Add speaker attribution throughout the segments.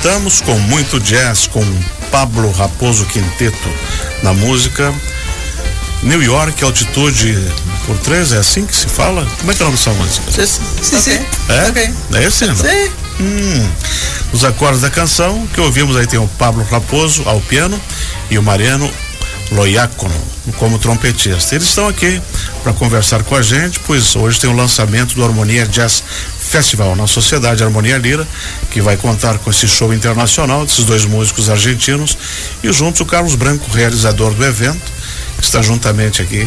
Speaker 1: voltamos com muito jazz com Pablo Raposo Quinteto na música. New York, altitude por 3, é assim que se fala? Como é que é o nome dessa música?
Speaker 2: Sim, sim. sim.
Speaker 1: É?
Speaker 2: Ok.
Speaker 1: É esse, não?
Speaker 2: Sim.
Speaker 1: Hum, os acordes da canção que ouvimos aí tem o Pablo Raposo ao piano e o Mariano Loiacono como trompetista. Eles estão aqui para conversar com a gente, pois hoje tem o lançamento do Harmonia Jazz Festival na Sociedade Harmonia Lira, que vai contar com esse show internacional desses dois músicos argentinos e juntos o Carlos Branco, realizador do evento, que está juntamente aqui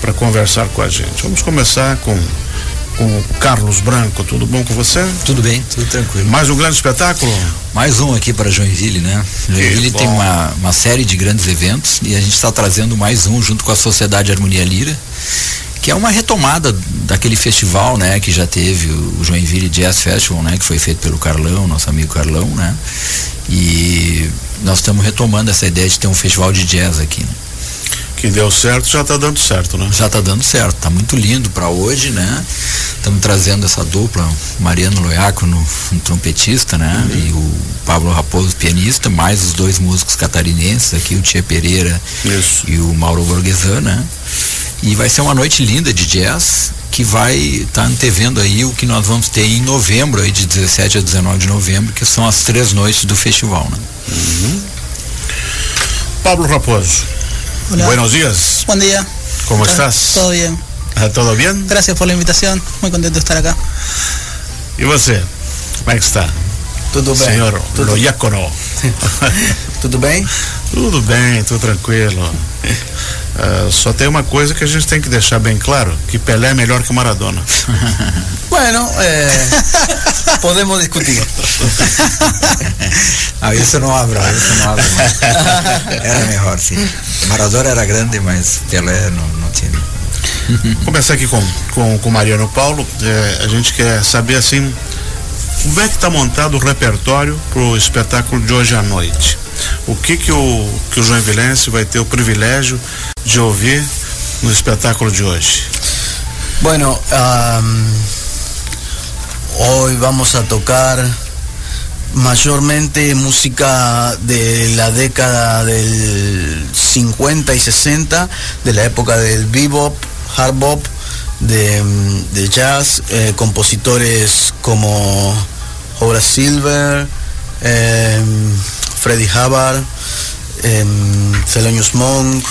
Speaker 1: para conversar com a gente. Vamos começar com com o Carlos Branco. Tudo bom com você?
Speaker 3: Tudo bem, tudo tranquilo.
Speaker 1: Mais um grande espetáculo?
Speaker 3: Mais um aqui para Joinville, né? Joinville
Speaker 1: bom.
Speaker 3: tem uma, uma série de grandes eventos e a gente está trazendo mais um junto com a Sociedade Harmonia Lira, que é uma retomada daquele festival, né, que já teve o Joinville Jazz Festival, né, que foi feito pelo Carlão, nosso amigo Carlão, né? E nós estamos retomando essa ideia de ter um festival de jazz aqui, né?
Speaker 1: Que deu certo, já está dando certo, né?
Speaker 3: já tá dando certo, tá muito lindo para hoje, né? Estamos trazendo essa dupla, o Mariano Loiaco, no- um trompetista, né? E o Pablo Raposo, pianista, mais os dois músicos catarinenses aqui, o Tia Pereira
Speaker 1: Isso.
Speaker 3: e o Mauro Borgesan, né? E vai ser uma noite linda de jazz que vai estar antevendo aí o que nós vamos ter em novembro, aí de 17 a 19 de novembro, que são as três noites do festival, né?
Speaker 1: Pablo Raposo.
Speaker 2: Hola.
Speaker 1: Buenos días.
Speaker 2: Buen día.
Speaker 1: ¿Cómo
Speaker 2: Todo-
Speaker 1: estás?
Speaker 2: Todo bien.
Speaker 1: Tudo bem?
Speaker 2: Gracias por la invitación. Muy contento de estar acá.
Speaker 1: E você? Como é que está?
Speaker 4: Tudo bem?
Speaker 1: Senhor
Speaker 4: tudo,
Speaker 1: Loiacono.
Speaker 4: tudo bem?
Speaker 1: Tudo bem, tudo tranquilo. Ah, só tem uma coisa que a gente tem que deixar bem claro, que Pelé é melhor que Maradona.
Speaker 4: Bueno, eh, podemos discutir.
Speaker 3: Ah, isso eu não abro, isso eu não abro. mais. Era melhor, sim. Maradona era grande, mas Pelé não, não tinha.
Speaker 1: Começar aqui com com, com Mariano Paulo. Eh, a gente quer saber assim como é que está montado o repertório para o espetáculo de hoje à noite. O que que o que o João Vilense vai ter o privilégio de ouvir no espetáculo de hoje?
Speaker 4: Bueno, am, hoy vamos a tocar mayormente música de la década del 50 y 60, de la época del bebop, hard bop, de, mm, de jazz, eh, compositores como Obra Silver, em, Freddie Hubbard, em, Thelonious Monk,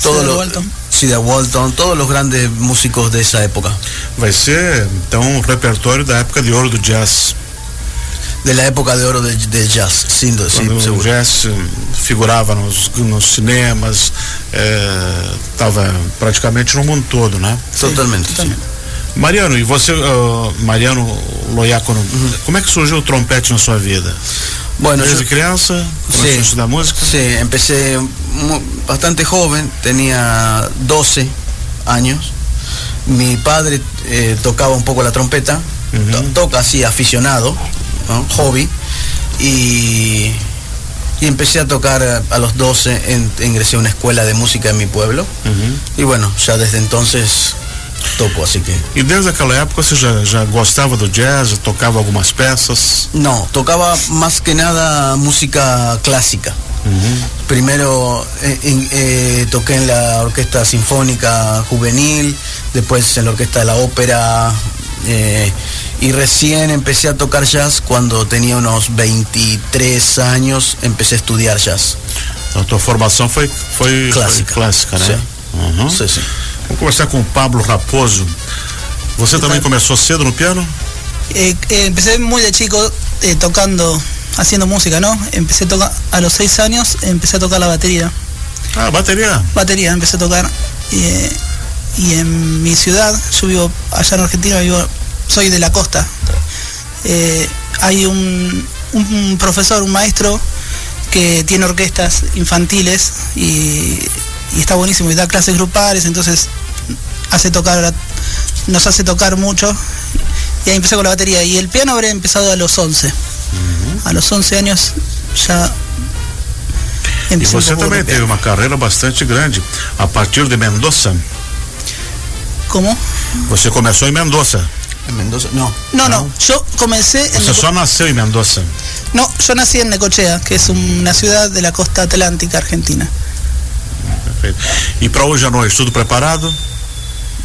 Speaker 4: todos
Speaker 2: Cedar
Speaker 4: los-
Speaker 2: Walton.
Speaker 4: Cedar Walton, todos los grandes músicos de esa época.
Speaker 1: Vai ser então o repertório da época de ouro do jazz.
Speaker 4: De la época de oro de, de jazz, sin duda, sí,
Speaker 1: quando o
Speaker 4: seguro.
Speaker 1: jazz eh, figurava nos, nos cinemas, estava praticamente no mundo todo, né?
Speaker 4: Totalmente.
Speaker 2: totalmente.
Speaker 1: Mariano, e você, ah, Mariano Loiacono,
Speaker 4: Uhum.
Speaker 1: como é que surgiu o trompete na sua vida?
Speaker 4: Bueno, yo
Speaker 1: Desde criança, é começou
Speaker 4: Sim.
Speaker 1: a estudar música?
Speaker 4: sí, empecé mu- bastante joven, tenía 12 años. Mi padre eh, tocaba un poco la trompeta,
Speaker 1: Uhum,
Speaker 4: to- toca así aficionado, ¿no? hobby, y, y empecé a tocar a, a los 12, en- ingresé a una escuela de música en mi pueblo,
Speaker 1: Uhum.
Speaker 4: y bueno, ya desde entonces toco, así que...
Speaker 1: E desde aquela época você já, já gostava do jazz, já tocava algumas peças?
Speaker 4: No, tocaba más que nada música clásica. Uhum. Primero eh, en- eh, toqué en la Orquesta Sinfónica Juvenil, después en la Orquesta de la Ópera eh, y recién empecé a tocar jazz cuando tenía unos 23 años, empecé a estudiar jazz.
Speaker 1: Então, A tua formação foi, foi, foi
Speaker 4: Clássica.
Speaker 1: clássica né? Uhum.
Speaker 4: Sí, sí.
Speaker 1: Vamos conversar com o Pablo Raposo. Você
Speaker 4: tá-
Speaker 1: também começou cedo no piano?
Speaker 2: Eh, eh, empecé muy de chico eh, tocando, haciendo música, ¿no? Empecé toca a los seis años, empecé a tocar la batería.
Speaker 1: Ah, bateria.
Speaker 2: Batería, empecé a tocar. eh, y en mi ciudad, yo vivo allá en Argentina, vivo, soy de la costa. Eh, hay un, un profesor, un maestro que tiene orquestas infantiles y, y está buenísimo y da clases grupales, entonces hace tocar, a- nos hace tocar mucho. Y ahí empecé con la batería y el piano habré empezado a los 11. A los 11 años ya
Speaker 1: E
Speaker 2: empecé un
Speaker 1: você
Speaker 2: poco
Speaker 1: também
Speaker 2: con el
Speaker 1: teve uma carreira bastante grande. A partir de Mendoza,
Speaker 2: piano. ¿Cómo?
Speaker 1: você começou em Mendoza.
Speaker 4: En Mendoza, no.
Speaker 2: No, no, yo comencé en
Speaker 4: É
Speaker 1: Você
Speaker 2: el-
Speaker 1: só nasceu em Mendoza.
Speaker 2: No, yo nací en Necochea, que es una ciudad de la costa atlántica argentina.
Speaker 1: Perfeito. E para hoje à noite, tudo preparado?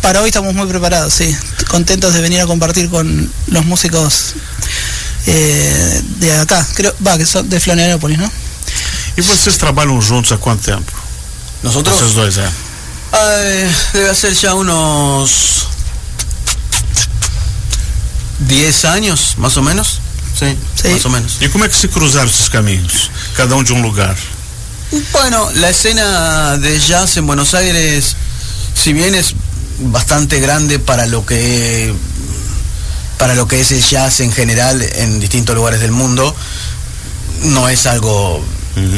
Speaker 2: Para hoy estamos muy preparados, sí. Contentos de venir a compartir con los músicos eh, de acá, creo, va, que son de Florianópolis, ¿no?
Speaker 1: E vocês trabalham juntos há quanto tempo?
Speaker 4: Nosotros
Speaker 1: Vocês dois, é.
Speaker 4: eh, debe hacer ya unos 10 años, más o menos. Sí,
Speaker 2: Sí.
Speaker 4: más o menos.
Speaker 1: E como é que se cruzaram esses caminhos? Cada um de um lugar.
Speaker 4: Bueno, la escena de jazz en Buenos Aires, si bien es bastante grande para lo que para lo que es el jazz en general en distintos lugares del mundo, no es algo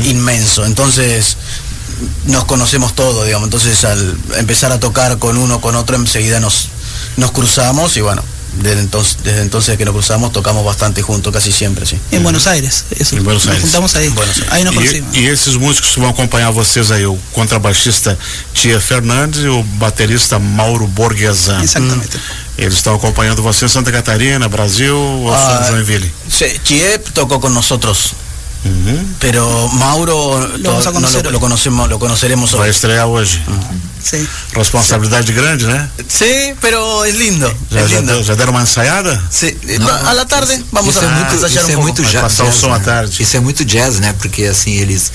Speaker 4: inmenso. Entonces nos conocemos todos, digamos. Entonces al empezar a tocar con uno con otro enseguida nos nos cruzamos y bueno, desde entonces desde entonces que nos cruzamos tocamos bastante juntos casi siempre, sí.
Speaker 2: En Buenos Aires, eso.
Speaker 1: En Buenos
Speaker 2: nos
Speaker 1: Aires.
Speaker 2: juntamos ahí.
Speaker 4: En Buenos Aires.
Speaker 2: Ahí nos conocimos.
Speaker 1: E, e esses músicos que vão acompanhar vocês aí, o contrabaixista Tia Fernandes e o baterista Mauro Borghesan.
Speaker 2: Exactamente.
Speaker 1: Eles estão acompanhando você em Santa Catarina, Brasil ou
Speaker 4: Ah,
Speaker 1: só em Joinville?
Speaker 4: Sí, Chiep tocó con nosotros
Speaker 1: Uhum.
Speaker 4: Pero Mauro to-
Speaker 2: vamos a
Speaker 4: no,
Speaker 2: conocer
Speaker 4: lo,
Speaker 2: hoy.
Speaker 4: lo conocemos, lo conoceremos
Speaker 1: Vai
Speaker 4: hoy.
Speaker 1: estrear hoje.
Speaker 2: Sí.
Speaker 1: Responsabilidade grande, né?
Speaker 4: Sí, pero es lindo.
Speaker 1: Já,
Speaker 4: es
Speaker 1: já,
Speaker 4: lindo.
Speaker 1: deu- já deram uma ensaiada?
Speaker 4: Sí, eh,
Speaker 3: No,
Speaker 4: va- a la tarde vamos
Speaker 3: isso
Speaker 4: a um
Speaker 3: é muito,
Speaker 4: ensayar
Speaker 3: isso
Speaker 4: un
Speaker 3: é
Speaker 4: poco.
Speaker 3: muito
Speaker 1: Vai
Speaker 3: ja-
Speaker 1: passar o
Speaker 3: jazz,
Speaker 1: som
Speaker 3: né?
Speaker 1: à tarde.
Speaker 3: Isso é muito jazz, né? Porque assim, eles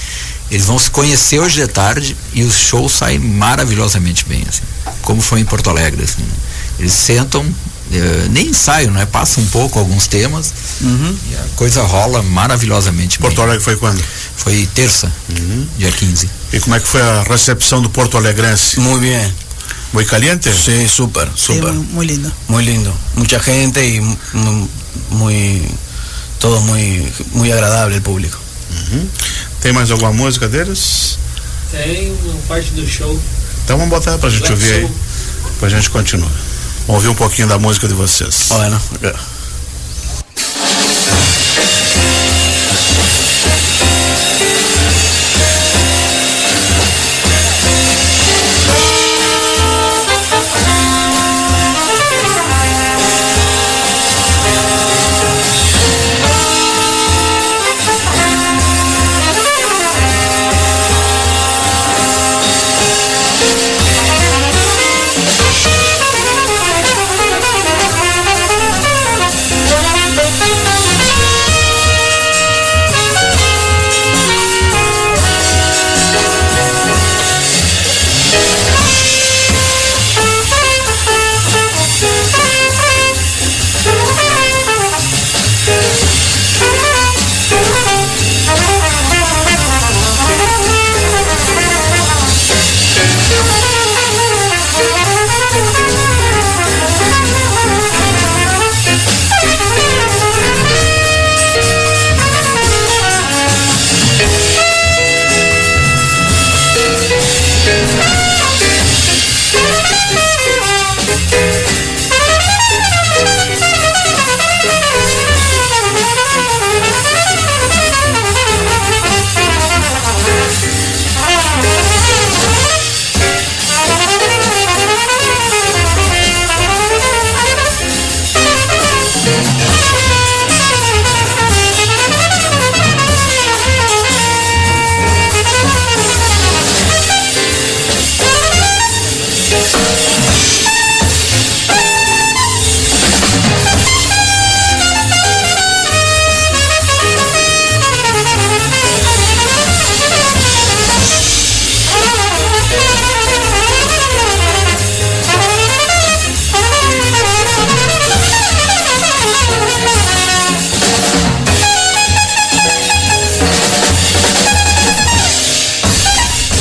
Speaker 3: eles vão se conhecer hoje de tarde e os shows saem maravilhosamente bem, assim. Como foi em Porto Alegre, assim. Eles sentam, eh, nem ensaiam, né? Passa um pouco alguns temas e a coisa rola maravilhosamente
Speaker 1: Porto
Speaker 3: bem.
Speaker 1: Alegre foi quando?
Speaker 3: Foi terça, dia 15.
Speaker 1: E como é que foi a recepção do Porto Alegrense?
Speaker 4: Muy bien.
Speaker 1: Muito caliente?
Speaker 4: Sí, súper,
Speaker 2: Sí,
Speaker 4: súper.
Speaker 2: muy, muy lindo.
Speaker 4: Muy lindo. Mucha gente y mu- muy todo muy muy agradable el público.
Speaker 1: Hum? Tem mais alguma música deles?
Speaker 5: Tem uma parte do show.
Speaker 1: Então vamos botar pra gente ouvir aí, depois a gente continua. Vamos ouvir um pouquinho da música de vocês.
Speaker 4: Bueno.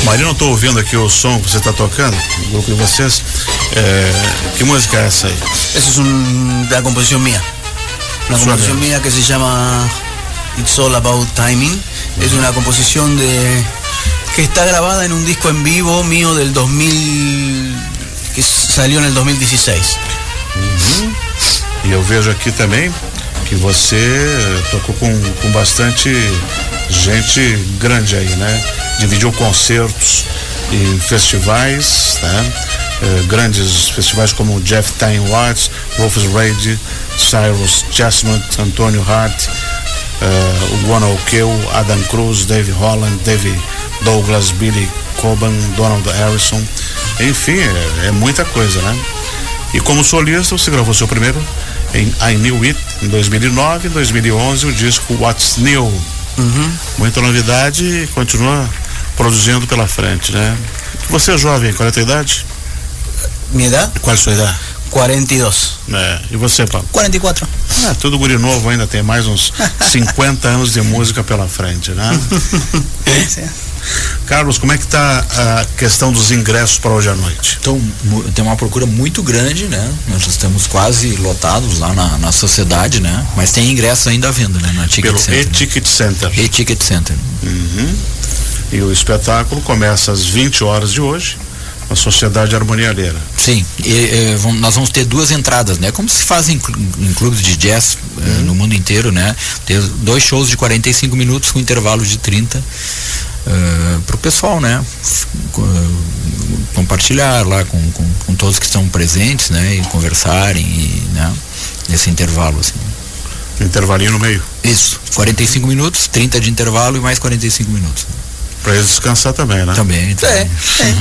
Speaker 1: Maria, não estou ouvindo aqui o som que você está tocando, o grupo de vocês. É, que música é essa aí?
Speaker 4: Eso es un- la composición mía. Una
Speaker 1: Suena.
Speaker 4: composición mía que se llama It's All About Timing. Es una composición de que está grabada en un disco en vivo mío del 2000 que s- salió en el 2016.
Speaker 1: E eu vejo aqui também que você eh, tocou com, com bastante gente grande aí, né? Dividiu concertos e festivais, né? Eh, grandes festivais como o Jeff Time Watts, Wolf's Raid, Cyrus Chessman, Antônio Hart, uh, o Guano Kill, Adam Cruz, Dave Holland, Dave Douglas, Billy Coban, Donald Harrison. Enfim, é, é muita coisa, né? E como solista, você gravou seu primeiro em I Knew It em 2009, em 2011 o disco What's New. Uhum. Muita novidade e continua produzindo pela frente, né? Você é jovem, qual é a tua idade?
Speaker 4: ¿Mi edad?
Speaker 1: Qual é a sua idade?
Speaker 4: 42.
Speaker 1: É, e você, Paulo?
Speaker 2: 44.
Speaker 1: Ah, tudo guri novo ainda, tem mais uns 50 anos de música pela frente, né?
Speaker 2: Sí.
Speaker 1: Carlos, como é que tá a questão dos ingressos para hoje à noite?
Speaker 3: Então, mu- tem uma procura muito grande, né? Nós já estamos quase lotados lá na, na sociedade, né? Mas tem ingresso ainda à venda, né? Na Ticket
Speaker 1: Pelo
Speaker 3: Center.
Speaker 1: E-Ticket Center. Uhum.
Speaker 3: né? E-Ticket Center.
Speaker 1: E o espetáculo começa às 20 horas de hoje, na Sociedade Harmonialheira.
Speaker 3: Sim, e, eh, vamos- nós vamos ter duas entradas, né? Como se faz em, clu- em clubes de jazz eh, no mundo inteiro, né? Ter dois shows de 45 minutos com intervalo de 30 para o pessoal, né? F- co- eh, Compartilhar lá com, com, com todos que estão presentes, né? E conversarem, e, né? Nesse intervalo, assim.
Speaker 1: Intervalinho no meio,
Speaker 3: Isso, 45 minutos, 30 de intervalo e mais 45 minutos.
Speaker 1: para eles descansar também, né?
Speaker 3: Também, então,
Speaker 4: Sí, sí.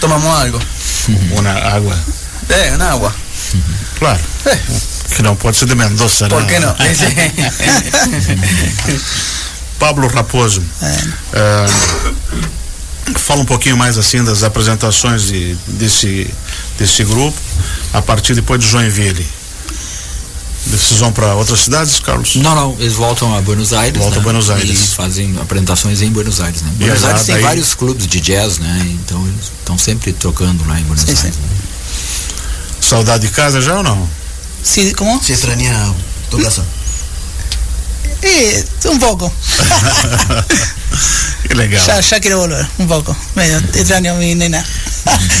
Speaker 4: Tomamos algo.
Speaker 1: Ou na água.
Speaker 4: Sí, un agua.
Speaker 1: Claro. Que não pode ser de Mendoza,
Speaker 4: ¿Por
Speaker 1: né?
Speaker 4: qué no? Sí.
Speaker 1: Pablo Raposo. eh, fala um pouquinho mais assim das apresentações de- desse, desse grupo a partir depois de Joinville. Vocês vão para outras cidades, Carlos?
Speaker 3: Não, não, eles voltam a Buenos Aires.
Speaker 1: Voltam
Speaker 3: né?
Speaker 1: a Buenos Aires.
Speaker 3: E fazem apresentações em Buenos Aires, né? Buenos
Speaker 1: lá
Speaker 3: Aires tem
Speaker 1: daí-
Speaker 3: vários clubes de jazz, né? Então eles estão sempre tocando lá em Buenos
Speaker 2: Sim, sim.
Speaker 3: Aires. né?
Speaker 1: Saudade de casa já ou não?
Speaker 2: Sí, ¿Cómo?
Speaker 4: Si extraña tu casa.
Speaker 2: Eh, un poco.
Speaker 1: Que legal.
Speaker 2: Ya, ya quiero volver, un poco. Medio te extraño a mi nena.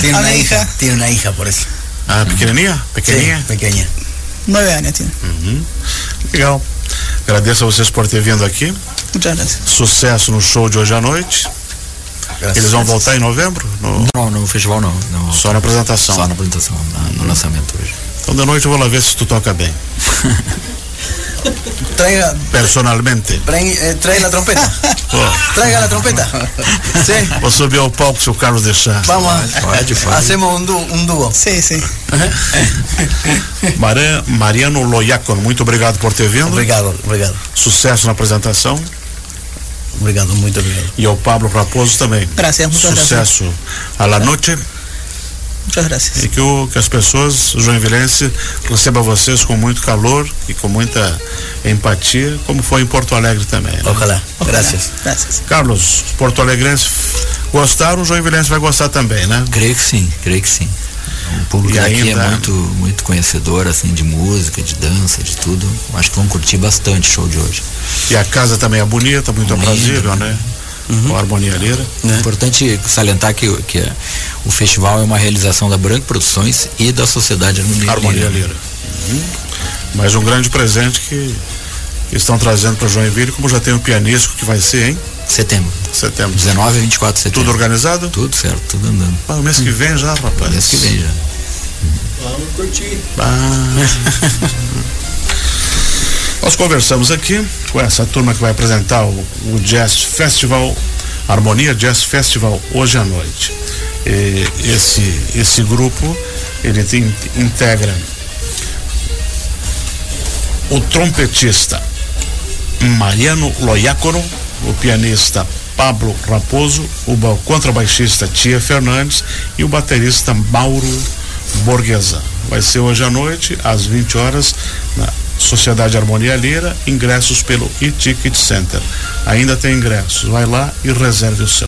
Speaker 4: Tiene
Speaker 2: a
Speaker 4: una
Speaker 2: mi
Speaker 4: hija.
Speaker 2: hija.
Speaker 4: Tiene una hija por eso.
Speaker 1: Ah, pequenininha?
Speaker 4: Sí,
Speaker 1: Pequenininha?
Speaker 4: pequeña.
Speaker 2: Nueve años tiene.
Speaker 1: Legal. Agradeço a vocês por ter vindo aqui.
Speaker 2: Muchas gracias.
Speaker 1: Sucesso no show de hoje à noite.
Speaker 4: Gracias.
Speaker 1: Eles vão voltar em novembro? No-
Speaker 3: Não, no festival não. não.
Speaker 1: Só na apresentação.
Speaker 3: Só na apresentação, na- no lançamento hoje.
Speaker 1: Então de noite eu vou lá ver se tu toca bem.
Speaker 4: Traiga,
Speaker 1: Personalmente.
Speaker 4: traen- eh, trae la trompeta.
Speaker 1: Vou,
Speaker 4: Traiga la trompeta. Sí.
Speaker 1: vou subir ao palco se o Carlos deixar.
Speaker 4: Vamos.
Speaker 3: Pode,
Speaker 4: a-
Speaker 3: pode.
Speaker 4: Hacemos un dúo. Un dúo.
Speaker 2: Sí, sí.
Speaker 1: Maran- Mariano Loiacono, muito obrigado por ter vindo.
Speaker 4: Obrigado, obrigado.
Speaker 1: Sucesso na apresentação.
Speaker 4: Obrigado, muito obrigado.
Speaker 1: E ao Pablo Raposo também.
Speaker 2: Gracias, muchas gracias.
Speaker 1: Sucesso à la noite.
Speaker 2: Muchas gracias.
Speaker 1: E que, o, que as pessoas, o joinvilense, receba vocês com muito calor e com muita empatia, como foi em Porto Alegre também. né?
Speaker 4: Ojalá.
Speaker 2: Ojalá.
Speaker 4: Gracias.
Speaker 2: Gracias.
Speaker 1: Carlos, os Porto Alegrense gostaram, o joinvilense vai gostar também, né?
Speaker 3: Creio que sim, creio que sim. O público
Speaker 1: E
Speaker 3: aqui
Speaker 1: ainda-
Speaker 3: é muito, muito conhecedor, assim, de música, de dança, de tudo. Acho que vão curtir bastante o show de hoje.
Speaker 1: E a casa também é bonita, muito
Speaker 3: Bonita.
Speaker 1: aprazível, né?
Speaker 4: Uhum.
Speaker 1: Com a harmonia né? lira.
Speaker 3: É importante salientar que, que é- o festival é uma realização da Branco Produções e da Sociedade Harmonia,
Speaker 1: Harmonia
Speaker 3: Lira.
Speaker 1: Lira. Uhum. Mas um grande presente que que estão trazendo para Joinville, como já tem o pianístico que vai ser, hein?
Speaker 3: Setembro,
Speaker 1: Setembro.
Speaker 3: 19 a 24 de
Speaker 1: Tudo
Speaker 3: setembro.
Speaker 1: organizado?
Speaker 3: Tudo certo, tudo andando.
Speaker 1: Ah, o mês que vem já, rapaz.
Speaker 3: Parece Hum. que vem já.
Speaker 5: Vamos curtir.
Speaker 1: Ah. Nós conversamos aqui com essa turma que vai apresentar o, o Jazz Festival, Harmonia Jazz Festival, hoje à noite. E esse, esse grupo, ele tem- integra o trompetista Mariano Loiacono, o pianista Pablo Raposo, o ba- contrabaixista Tia Fernandes e o baterista Mauro Borghesa. Vai ser hoje à noite, às 20 horas, na Sociedade Harmonia Lira, ingressos pelo e-Ticket Center. Ainda tem ingressos, vai lá e reserve o seu.